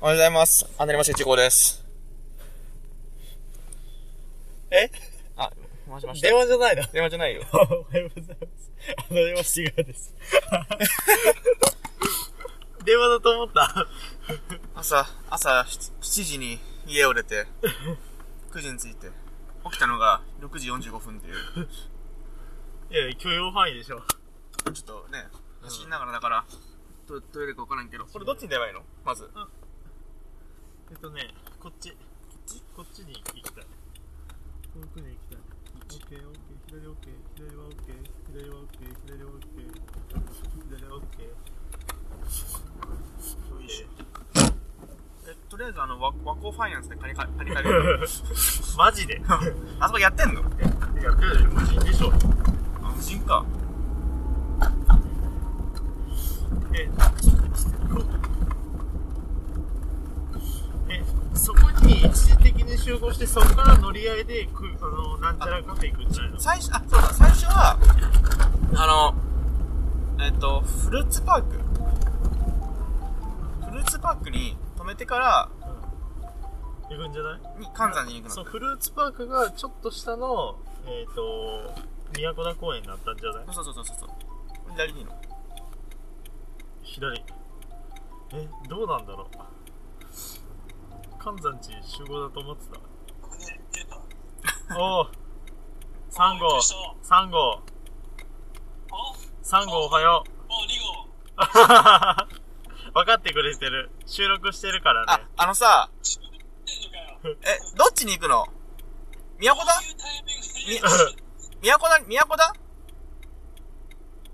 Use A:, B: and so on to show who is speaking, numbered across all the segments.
A: おはようございます。アナリマシ1号です。
B: え
A: あ、回しました
B: 電。話じゃないの
A: 電話じゃないよ。
B: おはようございます。あの、電話シガです。 電話だと思った。
A: 朝、朝7時に家を出て、9時に着いて、起きたのが6時45分っていう。
B: いや、許容範囲でしょ。
A: ちょっとね、走りながらだから、どどうやるかわからんけど。これどっちに出ればいいのまず。
B: えっとね、こっち。こっちこっちに行きたい。遠くに行きたい。オッケー、オッケー、左オッケー、左はオッケー、左はオッケー、左はオッケー、左はオッケー。よいしょ
A: えとりあえずあの、和和光ファイナンスで借りか借りかける。
B: マジでや
A: あそこやってんの
B: ってるでしょ、無人でしょ。
A: あ無人か。
B: え、えそこに一時的に集合して、そこから乗り合いでく、あの、なんちゃらカフェ行くんじゃないの
A: 最初、あ、そうだ、最初は、あの、えっと、フルーツパーク。フルーツパークに止めてから、
B: 行くんじゃない
A: に、関山に行く
B: そ
A: の
B: う、。フルーツパークがちょっと下の、えっ、と、宮古田公園になったんじゃない
A: そうそうそうそうそう。左でいいの
B: 左。え、どうなんだろう関山地集合だと思って
C: ね、出た。
B: た。おお !3 号
C: びっくりしたあ、
B: !3 号 !3 号おはよう
C: あ、二号。
B: 分かってくれてる。収録してるからね
A: あ。、あのさ、
C: 出んのかよ。
A: え、どっちに行くの宮古
C: こ
A: だ
C: ういうタイミングで
A: み
C: 言うの
A: 宮古だ宮古だ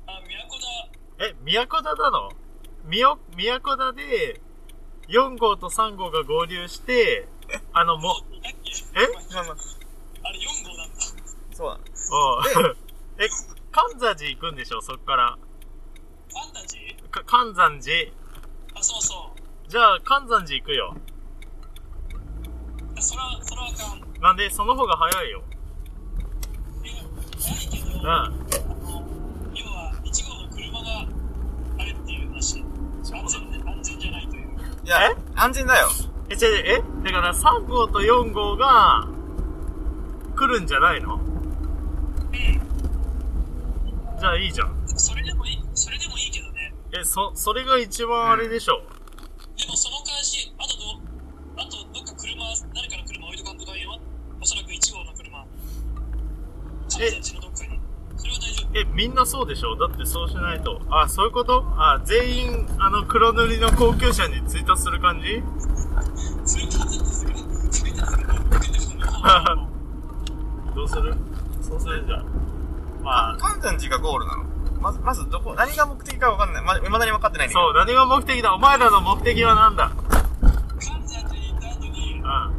C: あ、都だ。
B: え、宮古田なのみよ、宮古田で、4号と3号が合流して、あの、も、
C: だっけ
B: え
A: まあまあ
C: あれ四号だった。
A: そうだ。
B: おうえ、関山寺行くんでしょそっから。
C: ファンタジー
B: か、関山寺。
C: あ、そうそう。
B: じゃあ、関山寺行くよ。
C: あそら、そらあかん。
B: なんで、その方が早いよ。
C: いや、ないけど、
B: う
C: あ
B: ん。
C: の、要は、一号の車が、あれっていう話。安全で、安全じゃないという。
A: いや
B: え、
A: 安全だよ。
B: え、違う違うえだから3号と4号が、来るんじゃないのじゃあいいじゃん。
C: それでもいい、それでもいいけどね。
B: え、そ、それが一番あれでしょ、
C: でもその監視、あとど、あとどっか車、誰かの車置いとかんとかんよ。おそらく1号の車。
B: え
C: 神山地のどっかに。それは大丈夫。
B: え、みんなそうでしょだってそうしないと。あ、そういうことあ、全員、あの、黒塗りの高級車に追突する感じ
C: それはですが、それはですが、もう
B: どうするそうするじゃん。まあ、
A: 関山寺がゴールなの。まず、まずどこ、何が目的かわかんない。ま、未だに分かってないね。
B: そう、何が目的だお前らの目的は何だ
C: 神山地に行った後に、
B: う
C: あ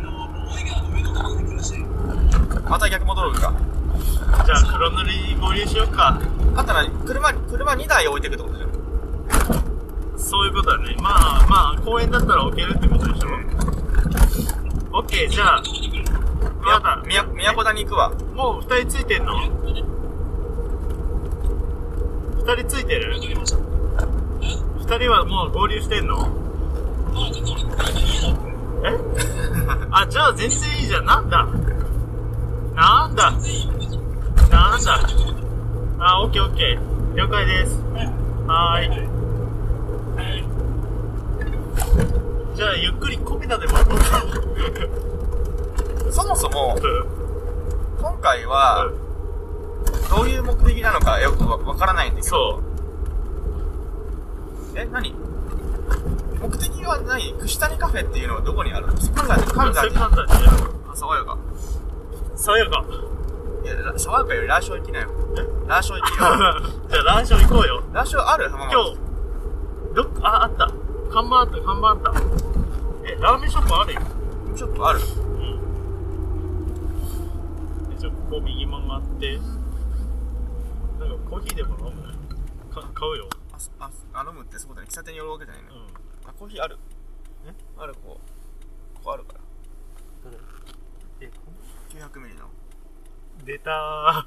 C: の、大井川の上のところで来ましたよ。
A: また逆戻るか。
B: ん。じゃあ、黒塗り合流しようか。
A: あと何車、車2台置いてくってことじゃん。
B: そういうことだね。まあ、まあ、公園だったら置けるってことでしょオッケー、じゃあ
C: ど、こに来るの
B: まだ、
A: 宮、宮古田に行くわ。
B: もう二人ついてんの
C: え、これね、
B: 二人ついてる
C: 戻りました。え
B: 二人はもう合流してんの
C: まあ、だって俺、今家だって。
B: えあ、じゃあ全然いいじゃん。なんだなんだ
C: 全員行くの
B: なん
C: あ
B: だ
C: どこに来るの
B: あ、オッケーオッケー。了解です。
C: はい
B: は
C: はい
B: ーい。
C: はい。
B: じゃあ、ゆっくりコメダでも行こうか。
A: そもそも、
B: うん
A: 今回は、
B: うん
A: どういう目的なのかよくわわからないんだけど。
B: そう。
A: え、何目的は何串谷カフェっていうのはどこにあるの関山寺、関
B: そうい
A: 山
B: う感
A: 寺。
B: じだね。
A: あ、爽やか。
B: 爽やか。
A: いや、ら爽やかよりラーショー行きなよ。ラーショー行き
B: じゃ
A: よ。
B: あ、ランション行こうよ。
A: ラーショーある浜松
B: 今日、どっ、あ、あった。看板あった、看板あった。え、ラーメンショップあるよ。
A: ちょっとある。
B: うん。ちょ、ここ右曲がって。なんかコーヒーでも飲むか、買うよ。
A: あ、そあ、そあ飲むってそうだね。喫茶店に寄るわけじゃないの
B: う。
A: あ、コーヒーあるえある、ここ。ここあるから。
B: ん。え、
A: 900ミリの。
B: 出たー。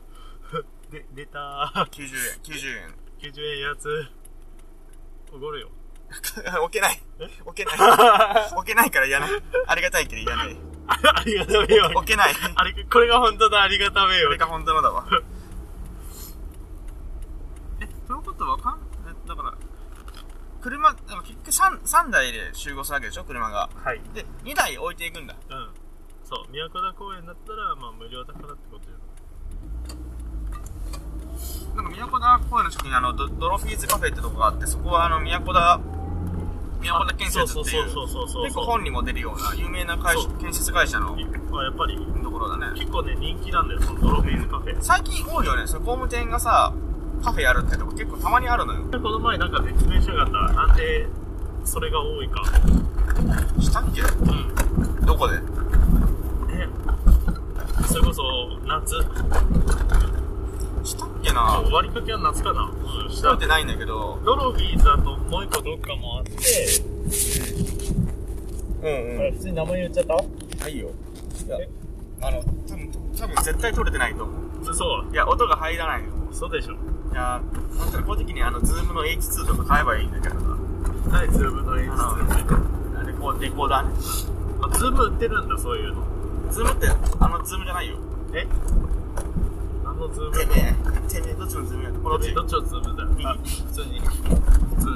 B: で、出たー。
A: 90円。90円。
B: 90円やつ。おごるよ。
A: 置けない。置けない。
B: あ
A: 置けないからいらない。ありがたいけどいらない。
B: ありがためよ。
A: 置けない。
B: あれ、これが本当のありがため
A: そ
B: よ
A: れ。が本当のだわ。え、ということはかん、えだから、車、だから結局 3, 3台で集合するわけでしょ、車が。
B: はい。
A: で、2台置いていくんだ。
B: うん。そう、宮古田公園だったら、まあ無料だからってことよ。
A: なんか宮古田公園の近くにあのドドロフィーズカフェってとこがあってそこはあの宮古田宮古田建設っていう
B: そうそうそうそうそうそう
A: 結構本にも出るような有名な会社
B: そう
A: 建設会社の
B: まあやっぱり、
A: ところだね
B: 結構ね、人気なんだよ、そのドロフィーズカフェ。
A: 最近多いよねその工務店がさカフェやるってとこ結構たまにあるのよ
B: この前なんか説明書があった。なんで、それが多いか。
A: したっけ
B: うん。
A: どこで
B: ねそれこそ夏
A: したっけな
B: 終わりかけは夏かなうんし
A: 調
B: た
A: べてないんだけど
B: ドロフィーズだともう一個どっかもあって
A: うんうん
B: 普通に名前言っちゃった
A: はいよいや
B: え
A: あの多分多分絶対取れてないと思う
B: そう
A: いや音が入らないよ
B: そうでしょ
A: いやー本当にこういう時にあのズームの H2 とか買えばいいんだけどさ
B: はいズームの演出
A: あレコーレコーダーね
B: あズーム売ってるんだそういうの
A: ズームって、あの、ズームじゃないよ。
B: えあのズーム
A: てめえ、てめえ、どっちのズームやこの
B: どっちどっちのズームだよ
A: 右
B: あ普通に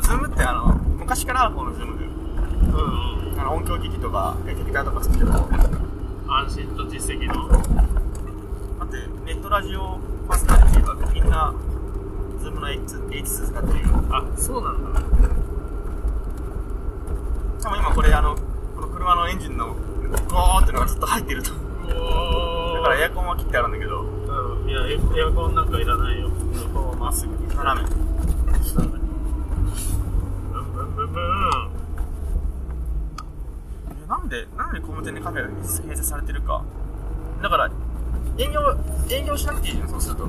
A: ズームって、あの、昔からある方のズームだよ。
B: うんうん
A: あの、音響機器とか、エフェクターとかつける方。だ
B: 安心と実績の
A: って、ネットラジオパーソナリティはみんな、ズームの H2 H2 使ってるよ。
B: あそうなんだ
A: しかも今これ、あの、この車のエンジンの、ゴーってのがずっと入ってると。だ
B: うお
A: からエアコンは切ってあるんだけど、
B: うんいやエエアコンなんかいらないよ
A: こう、まっすぐ、斜め。
B: ブンブンブンブン
A: えなんで、なんで工務店でカフェが併設されてるか。だから、営業、営業しなくていいじゃん、そうすると。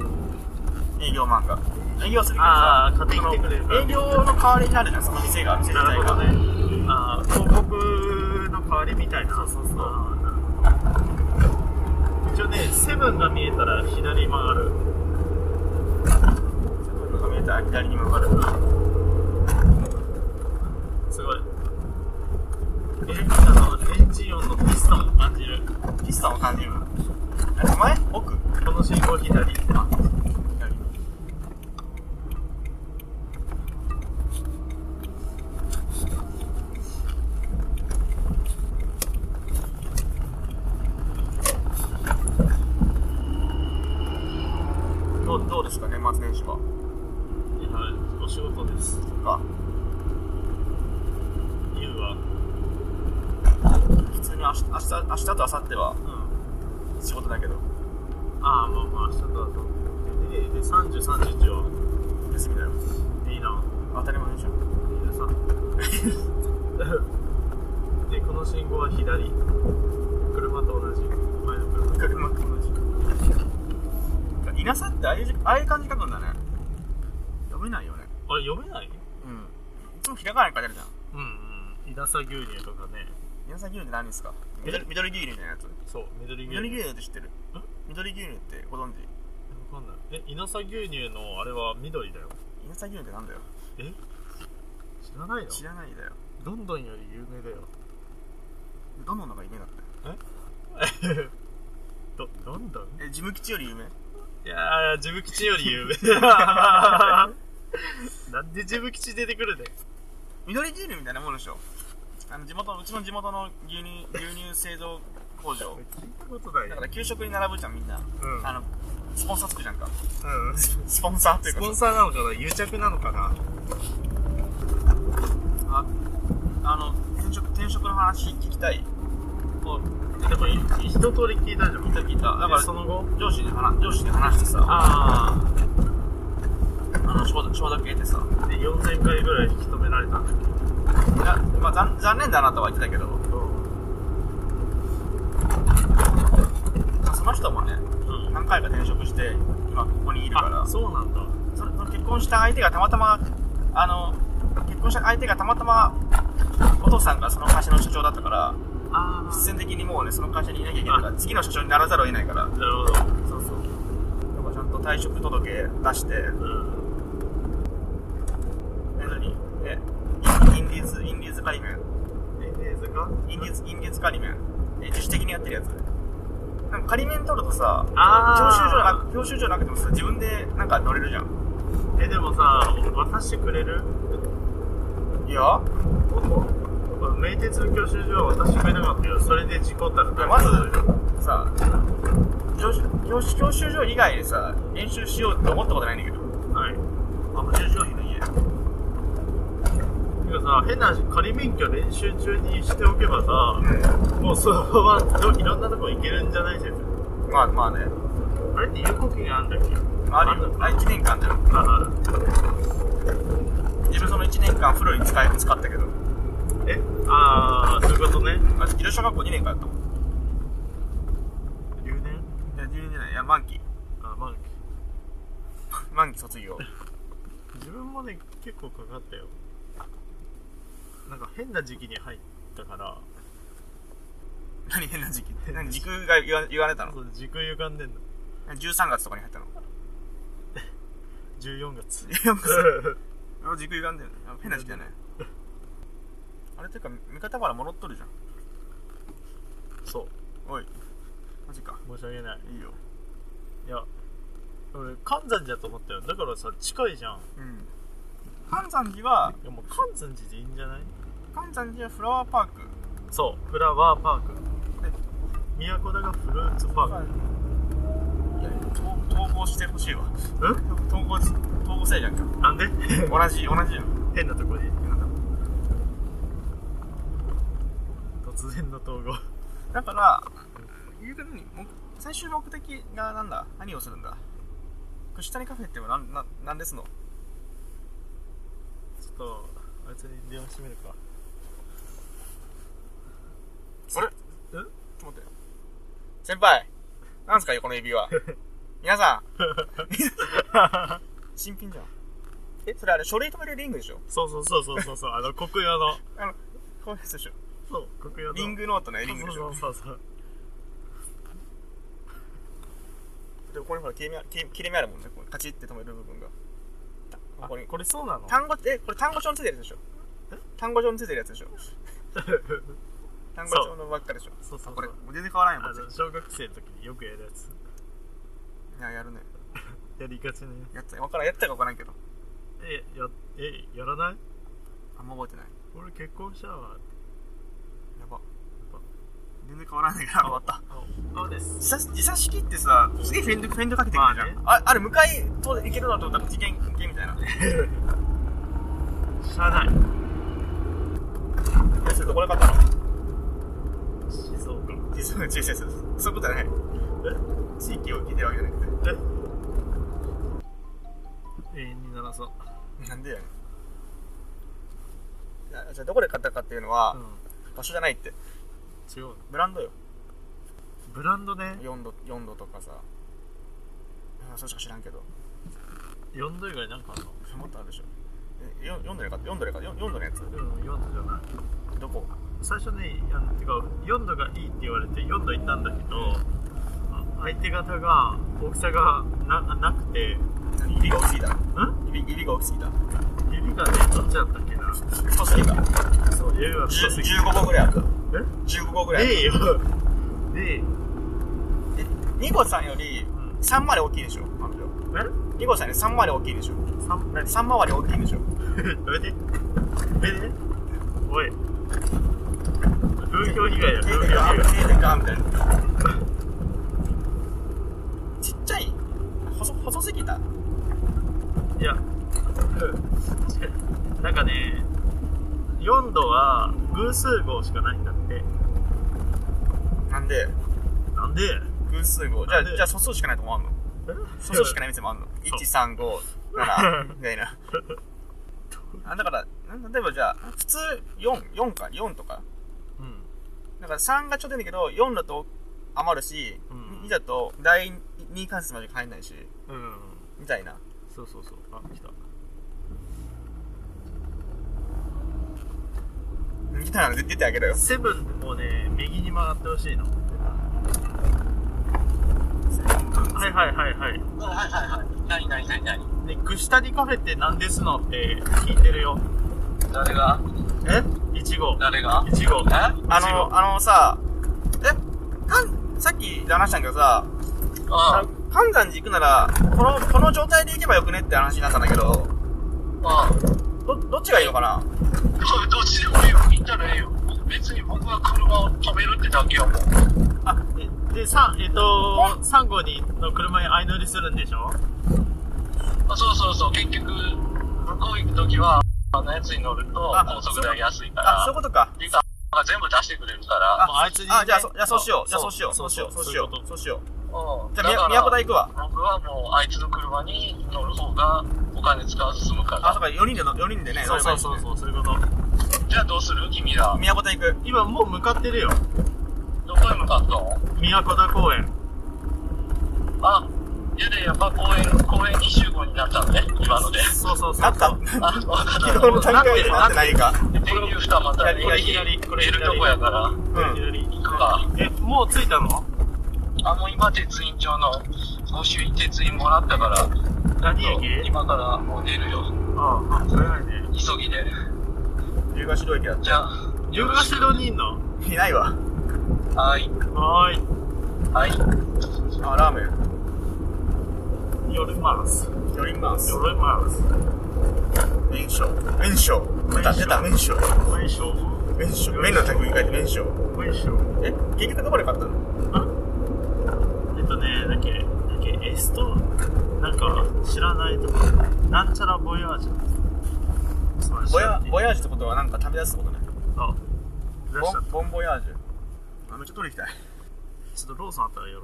A: 営業マンが。営業するけどさ
B: あー勝手に来てくれるから
A: 営業の代わりになるじゃん、その店が、店自
B: な
A: 体
B: るほど
A: が。
B: ね。ああ、広告の代わりみたいな。そうそうそう。一応ね、セブンが見えたら左曲がる。
A: 見えたら左に曲がる。
B: すごい。え、あの、エンジン音のピストンを感じる。
A: ピストンを感じるの。あれ、前奥
B: この信号左。
A: あ、左。どうどうですか、年末年始は。
B: はい、お仕事です。
A: そっか。
B: ゆうは、
A: 普通に明日明日明日と明後日は
B: うん。
A: 仕事だけど、
B: ああ、まあまあ、明日とだと。で、で、30、31は、
A: 休みだよ。
B: いいな。
A: 当たり前でしょ。
B: 皆さん でこの信号は左車と同じ前の車
A: 車と同じ。稲佐ってああいうじああいう漢字書くんだね。読めないよね。
B: あれ読めな
A: う
B: い
A: ん。いつもひらがなに書いてあるじゃん。
B: うんうん稲佐牛乳とかね
A: 稲佐牛乳って何ですか
B: え
A: 緑緑牛乳みたいなやつ。
B: そう緑牛乳
A: 緑牛乳って知ってる緑牛乳ってご存知
B: わかんないえ稲佐牛乳のあれは緑だよ
A: 稲佐牛乳ってなんだよ
B: え知らないの
A: 知らないだよ。
B: どんどんより有名だよ
A: どののが有名だって。
B: どどんどん
A: え、ジム吉より有名
B: いやージブ吉より有名 なんでジブ吉出てくるね
A: 緑牛乳みたいなもんでしょあの、地元の、うちの地元の牛乳、牛乳製造工場。
B: 聞いたことない
A: だ
B: よ
A: から給食に並ぶじゃん、みんな。
B: うん
A: あの、スポンサーつくじゃんか。
B: うん
A: スポンサーっていう
B: ス
A: か
B: ポンサーなのかな癒着なのかな
A: ああの、転職、転職の話聞きたい。
B: でも一通り聞いたじゃん
A: 聞いた聞いた。だから、
B: その後
A: 上司に話、上司に話してさ、
B: あ
A: あの、承諾承諾得てさ、
B: あで4000回ぐらい引き止められたんだけ
A: いやまあ残、残念だなとは言ってたけど、
B: ど
A: まあその人もね、
B: うん
A: 何回か転職して、今ここにいるから、
B: あ
A: そ
B: そうなんだ
A: その結婚した相手がたまたま、あの、結婚した相手がたまたま、お父さんがその会社の社長だったから、
B: あ
A: 必然的にもうね、その会社にいなきゃいけないから、次の社長にならざるを得ないから、
B: なるほど
A: そうそう。だからちゃんと退職届出して、
B: うん
A: え、何え、インディーズ、インディーズカリメン。
B: インディーズか
A: インディーズ、インディーズカリメン。え、自主的にやってるやつ。なんか仮免取るとさ、
B: あ
A: 教習所
B: ー
A: なく、教習所なくてもさ、自分でなんか乗れるじゃん。
B: えでもさ渡してくれる
A: いいよ。
B: 名鉄の教習所は渡してくれなかったよそれで事故ったら大変
A: まず、さ、教習、教習教習所以外でさ、練習しようって思ったことないんだけど。
B: はいあ無印良品の家てかさ変な話仮免許練習中にしておけばさもうそのままいろんなとこ行けるんじゃないですか
A: まあまあね。
B: あれって有効期限あるんだっけ
A: あるよ。あ、1年間じゃん。
B: あある
A: 自分その1年間フルに使い、使ったけど。
B: えああそういうことね
A: あ、自動小学校2年間やったもん。
B: 留年
A: いや、2年じゃない。いや、満期。
B: あまあ
A: 満期卒業。
B: 自分もね結構かかったよなんか変な時期に入ったから
A: 何変 な時期って。何時空が言わ言われたの
B: そう時空歪んでんの
A: ?13 月とかに 入ったの。
B: 14月
A: いやもうさあ時空歪んでるのあ変な時期だ ね。あれていうか、味方から戻っとるじゃん。
B: そ
A: おい。マジか。
B: う申し訳ない
A: いいよ。
B: いや俺関山寺だと思ったよだからさ近いじゃん
A: うん。関山寺は、
B: いやもう関山寺でいいんじゃない
A: 関山寺はフラワーパーク。
B: そうフラワーパーク
A: え
B: 宮古田がフルーツパーク
A: いや、統統合してほしいわ。
B: うん
A: 統合し、統合せいじゃんか。
B: なんで
A: 同じ、同じじゃん。
B: 変なとこに
A: なんだ
B: 突然の統合
A: だから、言うことに、もう最終目的がなんだ何をするんだ串谷カフェってはなんななんですの
B: ちょっとあいつに電話してみるか
A: あれ
B: え
A: ちょっと待って。先輩なんすかよ、この指輪。皆さん新品じゃん。え、それあれ、書類止めるリングでしょ
B: そうそうそうそうそうそうあの国用の
A: あの、こういうやつでしょ
B: そう国用の
A: リングノートね、リングでし
B: そ
A: ょ
B: うそうそうそう
A: で、ここにほら、切れ目あ切れ切れ目あるもんね。こうカチって止める部分が。
B: あ
A: これ
B: これそうなの
A: 単語、え、これ単語帳についてるやつでしょ
B: え
A: 単語帳についてるやつでしょ単語帳のばっかでしょ
B: そうそう
A: これ、
B: そう
A: もう全然変わらんよ、こ
B: あ
A: っち
B: の小学生の時によくやるやつ
A: いや、やるね。
B: やりがちね
A: やった、わからん、やったかわからんけど。
B: えやえやらない
A: あんま覚えてない。
B: 俺結婚したわ
A: やば。全然変わらないから、終わった。
B: あです
A: 自殺、自殺式ってさ、すげえフェンド、フェンドかけてくるじゃん。
B: ま
A: ああれ、向かい、と行けるだろうと思ったら、事件、事件み たいな。
B: 車内
A: え、 それどこで買ったの
B: 静岡
A: 実は、違う違う違う。そういうことじゃない。地域を聞いてるわけじゃなく
B: ええ永遠に鳴らそう
A: て。なんでやねんいや。じゃあ、どこで買ったかっていうのは、
B: うん
A: 場所じゃないって。
B: 違うの
A: ブランドよ。
B: ブランドね
A: 4度、4度とかさ。あそれしか知らんけど。
B: 4度以外なんかあるの
A: もっとあるでしょ。え、4, 4度で買った ?4 度で買った ?4 度のやつ
B: うん4度じゃない
A: どこ
B: 最初ねあのてか4度がいいって言われて4度行ったんだけどあ相手方が大きさがななくて
A: 指が大きすぎた。
B: ん
A: 指指が大きすぎた。
B: 指がねどっちだったっけな
A: 太すぎた。
B: そう指が太すぎ
A: 15個ぐらいあった。
B: え
A: 15個ぐらいあ
B: ね
A: っ
B: えよね
A: た。
B: え
A: え、ニコさんより
B: ん
A: 3まで大きいでしょ彼女。
B: え
A: ニコさんより3まで大きいでしょ
B: 三何
A: ?3 回り大きいでしょ
B: やめてやめておい風評被害だ
A: え
B: 風
A: ー
B: 評被
A: てか、え
B: 害
A: ーてか、みたいな。ちっちゃい細細すぎた
B: いや、確かに。なんかね、4度は偶数号しかないんだって。
A: なんで、
B: なんで
A: 偶数号。じゃあ、
B: なんで
A: じゃあ素数しかないとこあんの素数しかない店もあんの ?1、3、5、7、み たいな。あだから、ん例えばじゃあ、普通4、4か、4とか。
B: うん。
A: だから3がちょうどいいんだけど、4だと余るし、
B: うん
A: 2だと第2関数まで入んないし、
B: うん。
A: みたいな。
B: そうそうそう。あ、来た。
A: みたいなの出てあげるよ。
B: セブンもね、右に曲がってほしいの。はいはいはいはい。
C: はいはいはいはい。何何何何
B: で、ぐしたりカフェって何ですのって聞いてるよ。
D: 誰が
B: え一号
D: 誰が
B: 一号
D: え
A: あの、あのさ、え、かん、さっき話したんだけどさ、あ
D: う
A: 関山寺行くなら、この、この状態で行けばよくねって話になったんだけど、
D: ん。あ
A: ど、どっちがいいのかな
D: あ。どっちでもいいよ。行ったらいいよ。別に僕は車を止めるってだけよ、もう。
B: あえで三えっと三号にの車に相乗りするんでしょ
D: あそうそうそう、結局、向こう行くときは、あのやつに乗ると
A: あ
D: 高速代安いか
A: あ、
D: ら、
A: そういうことか。
D: っていうか、なんか全部出してくれるから、
B: もうあいつにね
A: あ、じゃあ、そじゃあそうしよう。じゃあそう
B: そ
A: うしよう。
B: そ
A: そううしよう。
B: そ
A: そううしよ
B: そういうこと
A: う。そうし
D: う
A: よ
D: ん
A: う。じゃあ、宮宮古台行くわ。
D: 僕はもう、あいつの車に乗る方が、お金使わず済むか
A: あ、そう
D: ら、
A: か、4人での、四人でね。
B: そうそうそううそうそういうこと
D: じゃあどうする君ら、
A: 宮古台行く。
B: 今もう向かってるよ
D: どこへ向かったの
B: 宮古田公園
D: あ、いやいや、やっぱ公園、公園に集合になったのね、今 ので。
B: そうそうそう
A: なった。
D: あ、わかった。
A: 昨日の段階でなってないか。
D: 電流二股
B: 左
D: これ
B: 左
D: これいるとこやから、
A: うん
B: 左
D: 行くか。
B: えもう着いたの
D: あ、もう今、鉄印帳の、ご朱印鉄印もらったから、
B: 何駅
D: 今からもう出るよ。
B: ああ早いね
D: 急ぎで。
A: 龍ヶ白駅だっ
D: じゃあ、
B: 龍ヶ城にいんの
A: て。いないわ。
D: はい。
B: はーい
D: はい。
A: あ、ラーメン。
B: 寄ります
A: 寄ります。
B: 寄ります
A: 麺匠。麺匠。出た、出た、麺匠。
B: よいしょ
A: 麺匠。麺の匠に書いて麺匠。
B: よいしょ
A: え、結局どこで買ったの
B: えっとねだっけだっけエストなんか知らないとこなんちゃらボヤージュ
A: ボヤ、ボ
B: ヤ
A: ヤージュってことはなんか旅立つってことね。
B: あいらっし
A: ボ
B: ゃっ
A: ン、ボンボヤージュ。あ、めっちゃ取り行きたい。
B: たちょっとローソンあったらやろ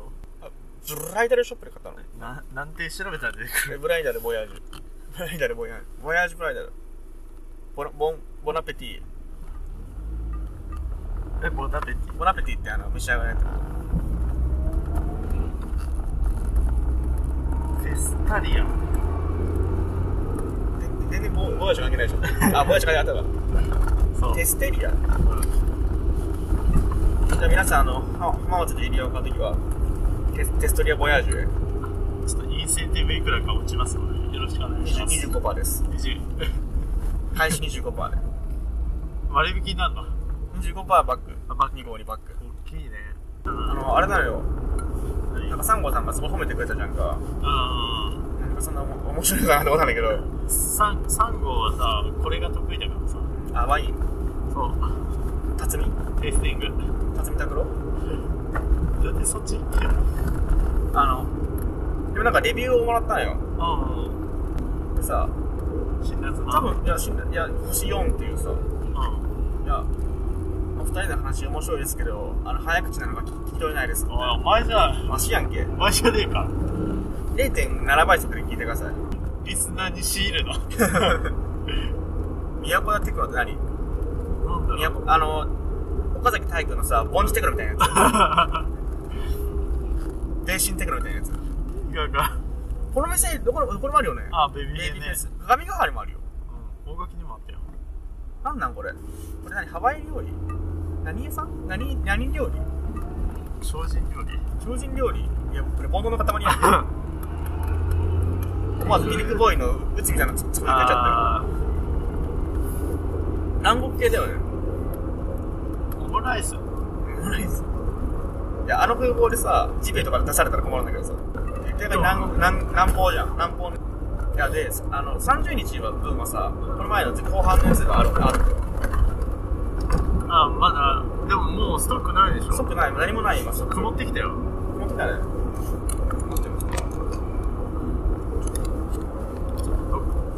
A: ブライダルショップで買ったのね。
B: うななんて調べたら出てくる
A: えブライダルボヤージュ。ブライダルボヤージュ。ボヤージュブライダル。ボナ、ボン、ボナペティ。
B: えボタペテ
A: ボナペティってあの、召し上がるやつ。
B: ィフェスタリアン
A: 全全然ボボヤージュ関係ないでし ょ。あ、ボヤージュ関係あったわ。
B: そう
A: テステリア。
B: うん
A: じゃあ皆さん、あの、浜浜松でエリアを買うときは、テステストリアボヤージュへ
B: ちょっとインセンティブいくらか落ちますのでよろしくお願いします
A: 25%です。
B: 20
A: 開始25%で。
B: 割引になるの
A: 25%バック。
B: あバック
A: 2号にバック。
B: 大きいね
A: あ
B: あ
A: の、あれなのよ。
B: 何
A: なんか3号さんがすごい褒めてくれたじゃんか。
B: うん
A: なんかそんなおも面白いかなと思ったんだけど。
B: 三三号はさこれが得意だからさ
A: あ、ワイン。
B: そう
A: 辰巳
B: テイスティング
A: 辰巳拓郎
B: だってそっち行ってよ
A: あの、でもなんかレビューをもらったのよ。
B: うん
A: でさ、
B: うん辛辣な
A: 多分、いや、しんいや、星4っていうさ、
B: うん
A: いや、お二人の話面白いですけど、あの、早口なのが聞聞き取れないです。
B: おいお前じゃ
A: マシやんけ。
B: お前じゃねえか
A: 0.7倍速で聞いてください。
B: リスナーに強いるななん
A: 宮古田テクノって何
B: だろ
A: 宮
B: う
A: 古、あの、岡崎体育のさ、凡ンテクノみたいなやつ。 電信テクノみたいなやつ。
B: がが
A: この店、どこ、どこにもあるよね。
B: あベ
A: ベイ
B: ビー
A: ビ
B: ゲ
A: ー
B: ね
A: フェイス。鏡ヶ原にもあるよ。
B: うん大垣にもあったよ
A: なんなんこれ。これ何ハワイ料理何屋さん何、何料理
B: 精進料理
A: 超人料理いや、これボンドの塊や んけ。思わずミルクボーイのうつみたいなの作り出ちゃ
B: あー
A: ったよ。南国系だよね。
B: オムライス
A: オムライスいや、あの風貌でさ、ジベとかで出されたら困るんだけどさ。絶対南国、南、南方じゃん。南方ね。いや、で、あの、30日は分はさ、この前の後半のやつがある、あるんだよ。
B: あまだでももうストックないでし
A: 遅
B: ょ
A: くない、何もない、今、そ
B: 曇ってきたよ
A: 曇ってたね。曇ってるこ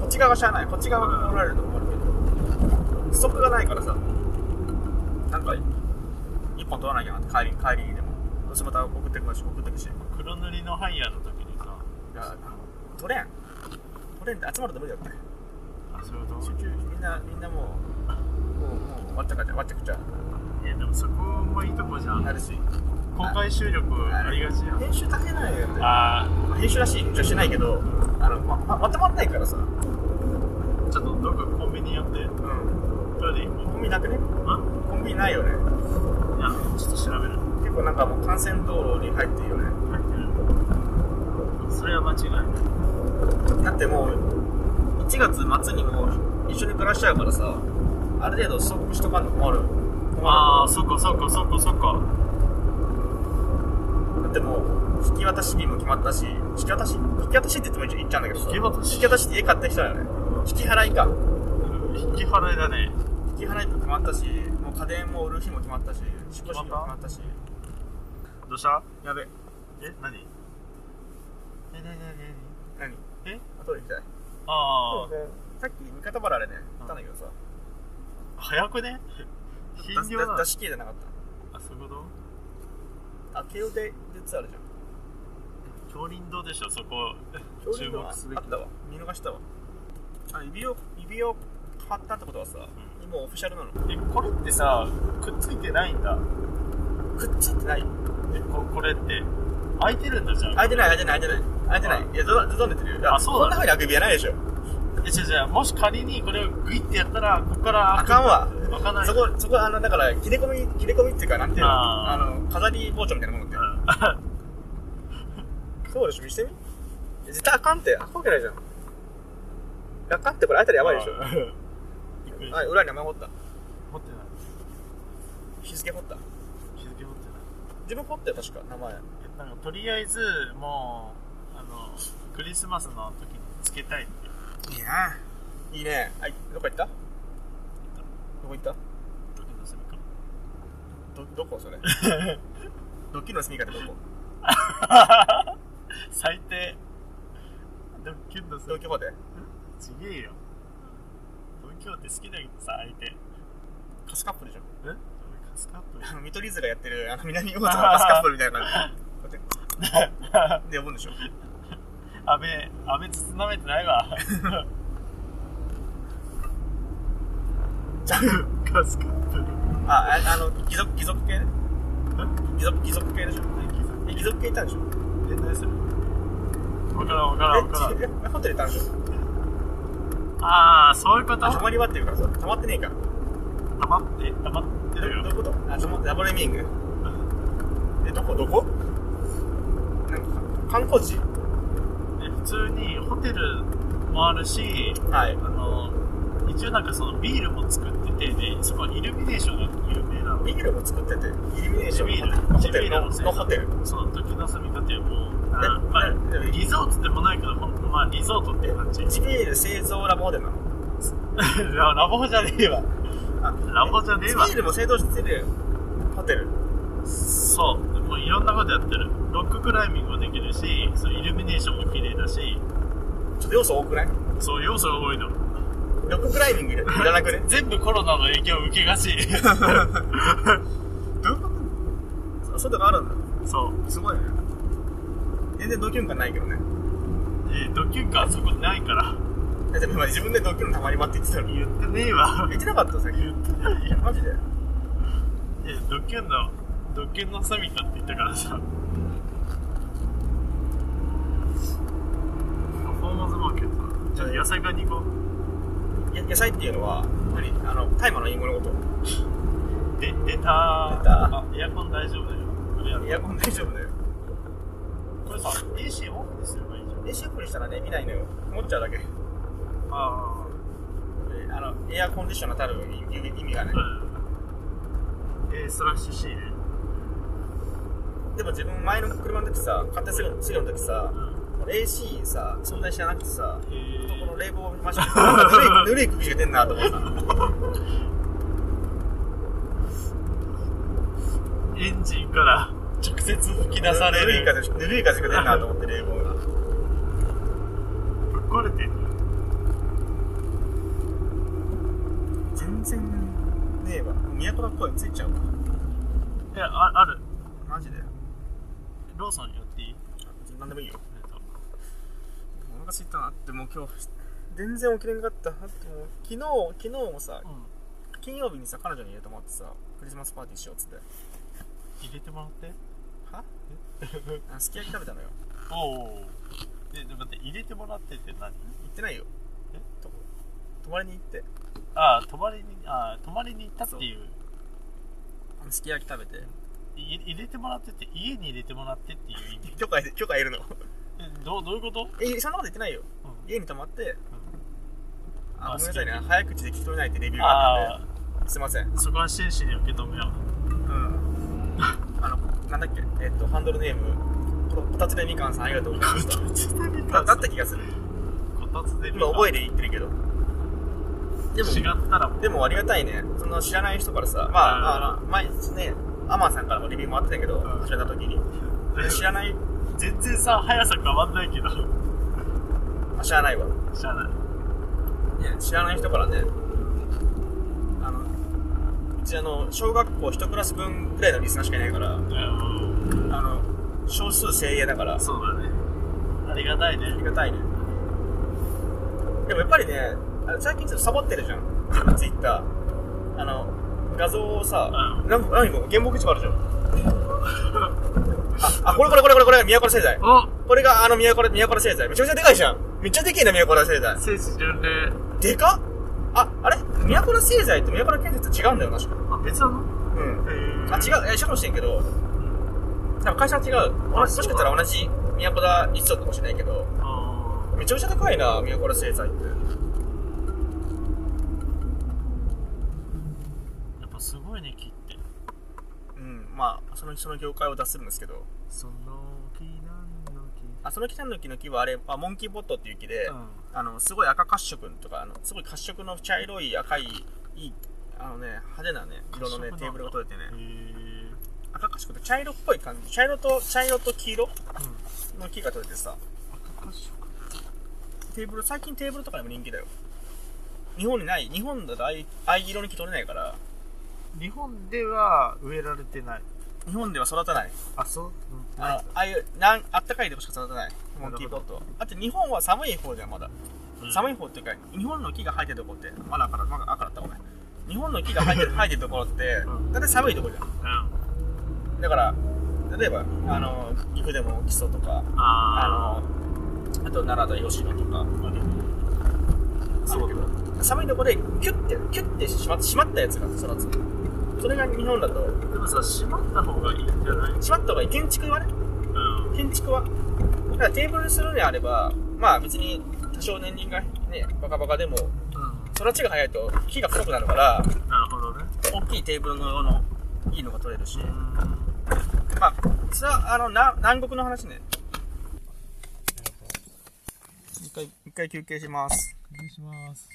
A: っち側がしゃあない。こっち側が守られると困るけど。ストックがないからさ、なんか、一本取らなきゃなって、帰りに、帰りにでも。どうせまた送ってくるし、送ってくるし。
B: 黒塗りのハイヤーの時にさ
A: いや取れん取れんって集まると無理だって
B: あそういうこ
A: 集
B: と
A: 中みんなみんなもうもうもう終わったかじゃ終わってくちゃ
B: いやでもそこもいいとこじゃん
A: なるし
B: 公開収録ありがちやん
A: 編集大変なんやよね
B: あ
A: 編集らしいじゃしてないけどあのまままとまんないからさう
B: ーちょっとどっかコンビニ寄って
A: ん
B: どれで行こ
A: コンビニなくね
B: うか
A: コンビニないよね
B: いやちょっと調べる
A: 結構なんかもう幹線道路に入ってるよね
B: 入ってるそれは間違いない
A: だってもう1月末にもう一緒に暮らしちゃうからさある程度ストックしとかんと困る困
B: ああそっかそっかそっかそっか
A: るだってもう引き渡し日も決まったし引き渡し引き渡しって言っても一応言っちゃうんだけどさ
B: 引き渡し
A: 引き渡しって家買った人だよね引き払いか
B: 引き払いだね
A: 引き払いも決まったしもう家電も売る日も決まったし引っ越し日も決まったし
B: どうした
A: やべ
B: え何え何何何
A: 何
B: え
A: あトイレ行きたい
B: ああ
A: さっき三方原あれね行ったんだけどさ
B: 早くね
A: 出
B: 頻尿
A: し
B: だ
A: 出し切れてなかっ
B: あそういうこ
A: たあ慶応で実はあるじゃん
B: と京林堂でしょそこ
A: 表
B: 注
A: 現
B: 目
A: が
B: すべ
A: あ
B: き
A: ったわ見逃したわあ指を指を貼ったってことはさ、もうオフィシャルなの
B: えこれってさくっついてないんだ
A: くっついてない
B: えここれって開いてるんだじゃん
A: 開いてない開いてない開いてない開いてないいやずどんでてるよいや
B: あそうなの
A: こんなふうに開く指はないでしょ
B: えじゃあじゃあもし仮にこれをグイってやったらここから
A: あかんわ
B: 開かない
A: そこそこあのだから切れ込み切れ込みっていうかなんていうのあ
B: あ
A: の飾り包丁みたいなものって
B: うん
A: そうでしょ見してみいや絶対あかんって開くわけないじゃんあかんってこれ開いたらやばいでしょ
B: うんびっくりした
A: はい裏に名前彫った
B: 持ってない
A: 日付彫った
B: 日付持ってない
A: 自分彫ったよ確か名前
B: えなんかとりあえずもうあのクリスマスの時につけたいって
A: いいないいねはいどこ行ったどこ行った
B: 時のせみか
A: どどこ それドッキリの住み方どこ
B: 最低ドッキュンのせ
A: 東京まで
B: ちげえよ東京って好きだけどさ相手え
A: カスカップルじゃん
B: 俺カスカップ
A: あの見取り図がやってるあの南大津のカスカップルみたいな感じこうやってで呼ぶんでしょ
B: 雨雨つつなめてないわ
A: じゃあ
B: カスカップル
A: あああの貴族貴族系ね貴族貴族系でしょえ貴族系いたんでしょ
B: え何それわからんわからんわからん
A: え違うえホテルいたんでしょ
B: ああそういうこと
A: あ泊まり場っていうからさ泊まってねえから
B: 黙って黙って
A: えどど
B: るよ
A: ういうことあ泊まダブルミーニングえどこどこなんか観光地
B: え普通にホテルもあるし
A: はい
B: あの一応なんかそのビールも作っててでそこはイルミネーションが有名なの
A: ビールも作っててイルミネーショ
B: ビー
A: ン
B: ル
A: ホテル
B: ビール
A: の
B: のせい
A: のホテル
B: その時の住み方はも う
A: え
B: あま
A: で
B: あ
A: も
B: リゾートでもないけどほんとまあリゾートっていう感じ
A: ジビエル製造ラボホテルなの
B: ラ ラボじゃねえわ
A: あ
B: ラボじゃねえわ
A: ジビエルも製造してるホテル
B: そうもういろんなことやってるロッククライミングもできるしそのイルミネーションも綺麗だし
A: ちょっと要素多くない
B: そう要素が多いの
A: ロッククライミングいらいらなくね
B: 全部コロナの影響を受けがち
A: どういうことそういうとこあるんだ
B: そう
A: すごいね全然ドキュン感ないけどね
B: えードキュンかそこないから
A: えでも今自分でドキュンたまり場って言ってたのに
B: 言ってねえわ
A: 言ってなかったさっき
B: 言ってないよ
A: マジで
B: えードキュンのドキュンのサミットって言ったからさパフォーマンスマーケットじゃあ野菜買いに行こう
A: や野菜っていうのは何あの大麻の隠語のこと
B: で出たーあエアコン大丈夫だよこれや
A: エアコン大丈夫だよ
B: これさ AC オフにすればいいじゃん
A: でシンプルにしたらね見ないのよ持っちゃうだけ
B: あ
A: えあのエアコンディショナーたる意味意味がね
B: あうんえー、スラッシュ C ね
A: でも自分前の車の時さ買ってすぐすぐの時さ
B: うん
A: この AC さ存在知らなくてさ
B: え
A: この
B: ー、
A: 冷房を見ましたけど ぬるいぬるい空気が出んなと思った
B: エンジンから直接吹き出され
A: ぬるい
B: る
A: 風ぬるい風が出んなと思って冷房が
B: ぶっ壊れてんじゃん
A: 全然ねえわ都の声ついちゃうわ
B: いやあある
A: マジで
B: ローソン寄っていい
A: 何でもいいよ
B: えっと
A: お腹すいたなってもう今日全然起きれなかっただってもう昨日昨日もさ
B: うん
A: 金曜日にさ彼女に入れてもらってさクリスマスパーティーしようっつって
B: 入れてもらって
A: はあのすき焼き食べたのよ
B: おおえで待って入れてもらってって何
A: 行ってないよ
B: え
A: と泊まりに行って
B: ああ泊まりにああ泊まりに行ったっていう
A: あのすき焼き食べて
B: い入れてもらってって家に入れてもらってっていう意味
A: 許可許可 いるの
B: えどうどういうこと
A: えそんなこと言ってないよ
B: うん
A: 家に泊まって、あ
B: まあ
A: ごめんなさいね早口で聞き取れないってレビューがあっ
B: あ
A: たんですいません
B: あそこは真摯に受け止めよう
A: うんあのなんだっけえっとハンドルネームここたつでみかんさんありがとうございま した
B: こたつでみ
A: だ
B: かん
A: だ
B: さん
A: った気がする
B: こたつでみかん
A: 今覚えて言ってるけどでも
B: 違ったらもう
A: でもありがたいねその知らない人からさまああの前ねアマンさんからもレビューもあってたけど
B: うん
A: 知らた時にで知らない
B: 全然さ速さ変わんないけど
A: あ知らないわ
B: 知らない
A: ね、知らない人からねあのうちあの小学校一クラス分ぐらいのリスナーしかいないからあ
B: うん
A: の少数精鋭だからあ
B: そうだねありがたいね
A: りがたいねでもやっぱりねあの最近ちょっとサボってるじゃ ん自分ツイッターあの画像をさ、
B: うん
A: なん、何これ原木市場あ るじゃんああこれこれこれこれこれ宮古製材
B: お
A: これがあの宮古宮古製材めちゃくちゃでかいじゃんめっちゃでけえな宮古製材
B: 聖地巡礼
A: でかっああれ宮古製材と宮古建設違うんだよな確か
B: あ別なの
A: うん
B: へー
A: あ、違う、え、社もしてんけど、多分会社は違う。もしもしかしたら同じ宮古田一族かもしれないけど、
B: あ
A: めちゃめちゃ高いな、宮古田製材って。
B: ーやっぱすごいね木って
A: うん、まあ、その、その業界を脱するんですけど、
B: その木なんの木
A: あ、その北の木の木はあれ、まあ、モンキーボットっていう木で、
B: ん
A: あの、すごい赤褐色とか、あの、すごい褐色の茶色い赤い、いい、あのね、派手なね、色のね、テーブルが取れてね、
B: へ
A: 赤褐色って茶色っぽい感じ、茶色と、茶色と黄色
B: ーうん
A: の木が取れてさ、
B: 赤褐色
A: テーブル最近テーブルとかでも人気だよ日本にない日本だとああいうああいう色の木取れないから
B: 日本では植えられてない
A: 日本では育たない
B: あそう、うん、
A: あのああいうなんあったかいとこしか育たないモンキーポットはあと日本は寒い方じゃんまだ、
B: うん
A: 寒い方っていうか日本の木が生えてるとこってまだ赤だまだ赤だったごめん日本の木が生え てる生えてるところって
B: うん
A: 大体寒いとこじゃん
B: うん
A: だから例えばあの岐阜でも木曽とか
B: あ
A: あのあと奈良田吉野とかそう寒いところでキュッてキュッてしましまったやつが育つそれが日本だと
B: ーでもさ閉まった方がいいんじゃない
A: しまった方がいい建築はね
B: うん
A: 建築はだからテーブルするのであればまあ別に多少年輪がねバカバカでも育ちが早いと木が太くなるから
B: なるほどね
A: 大きいテーブルの用のいいのが取れるし
B: うん
A: まあそれはあのな南国の話ね一回一回休憩します
B: 失礼します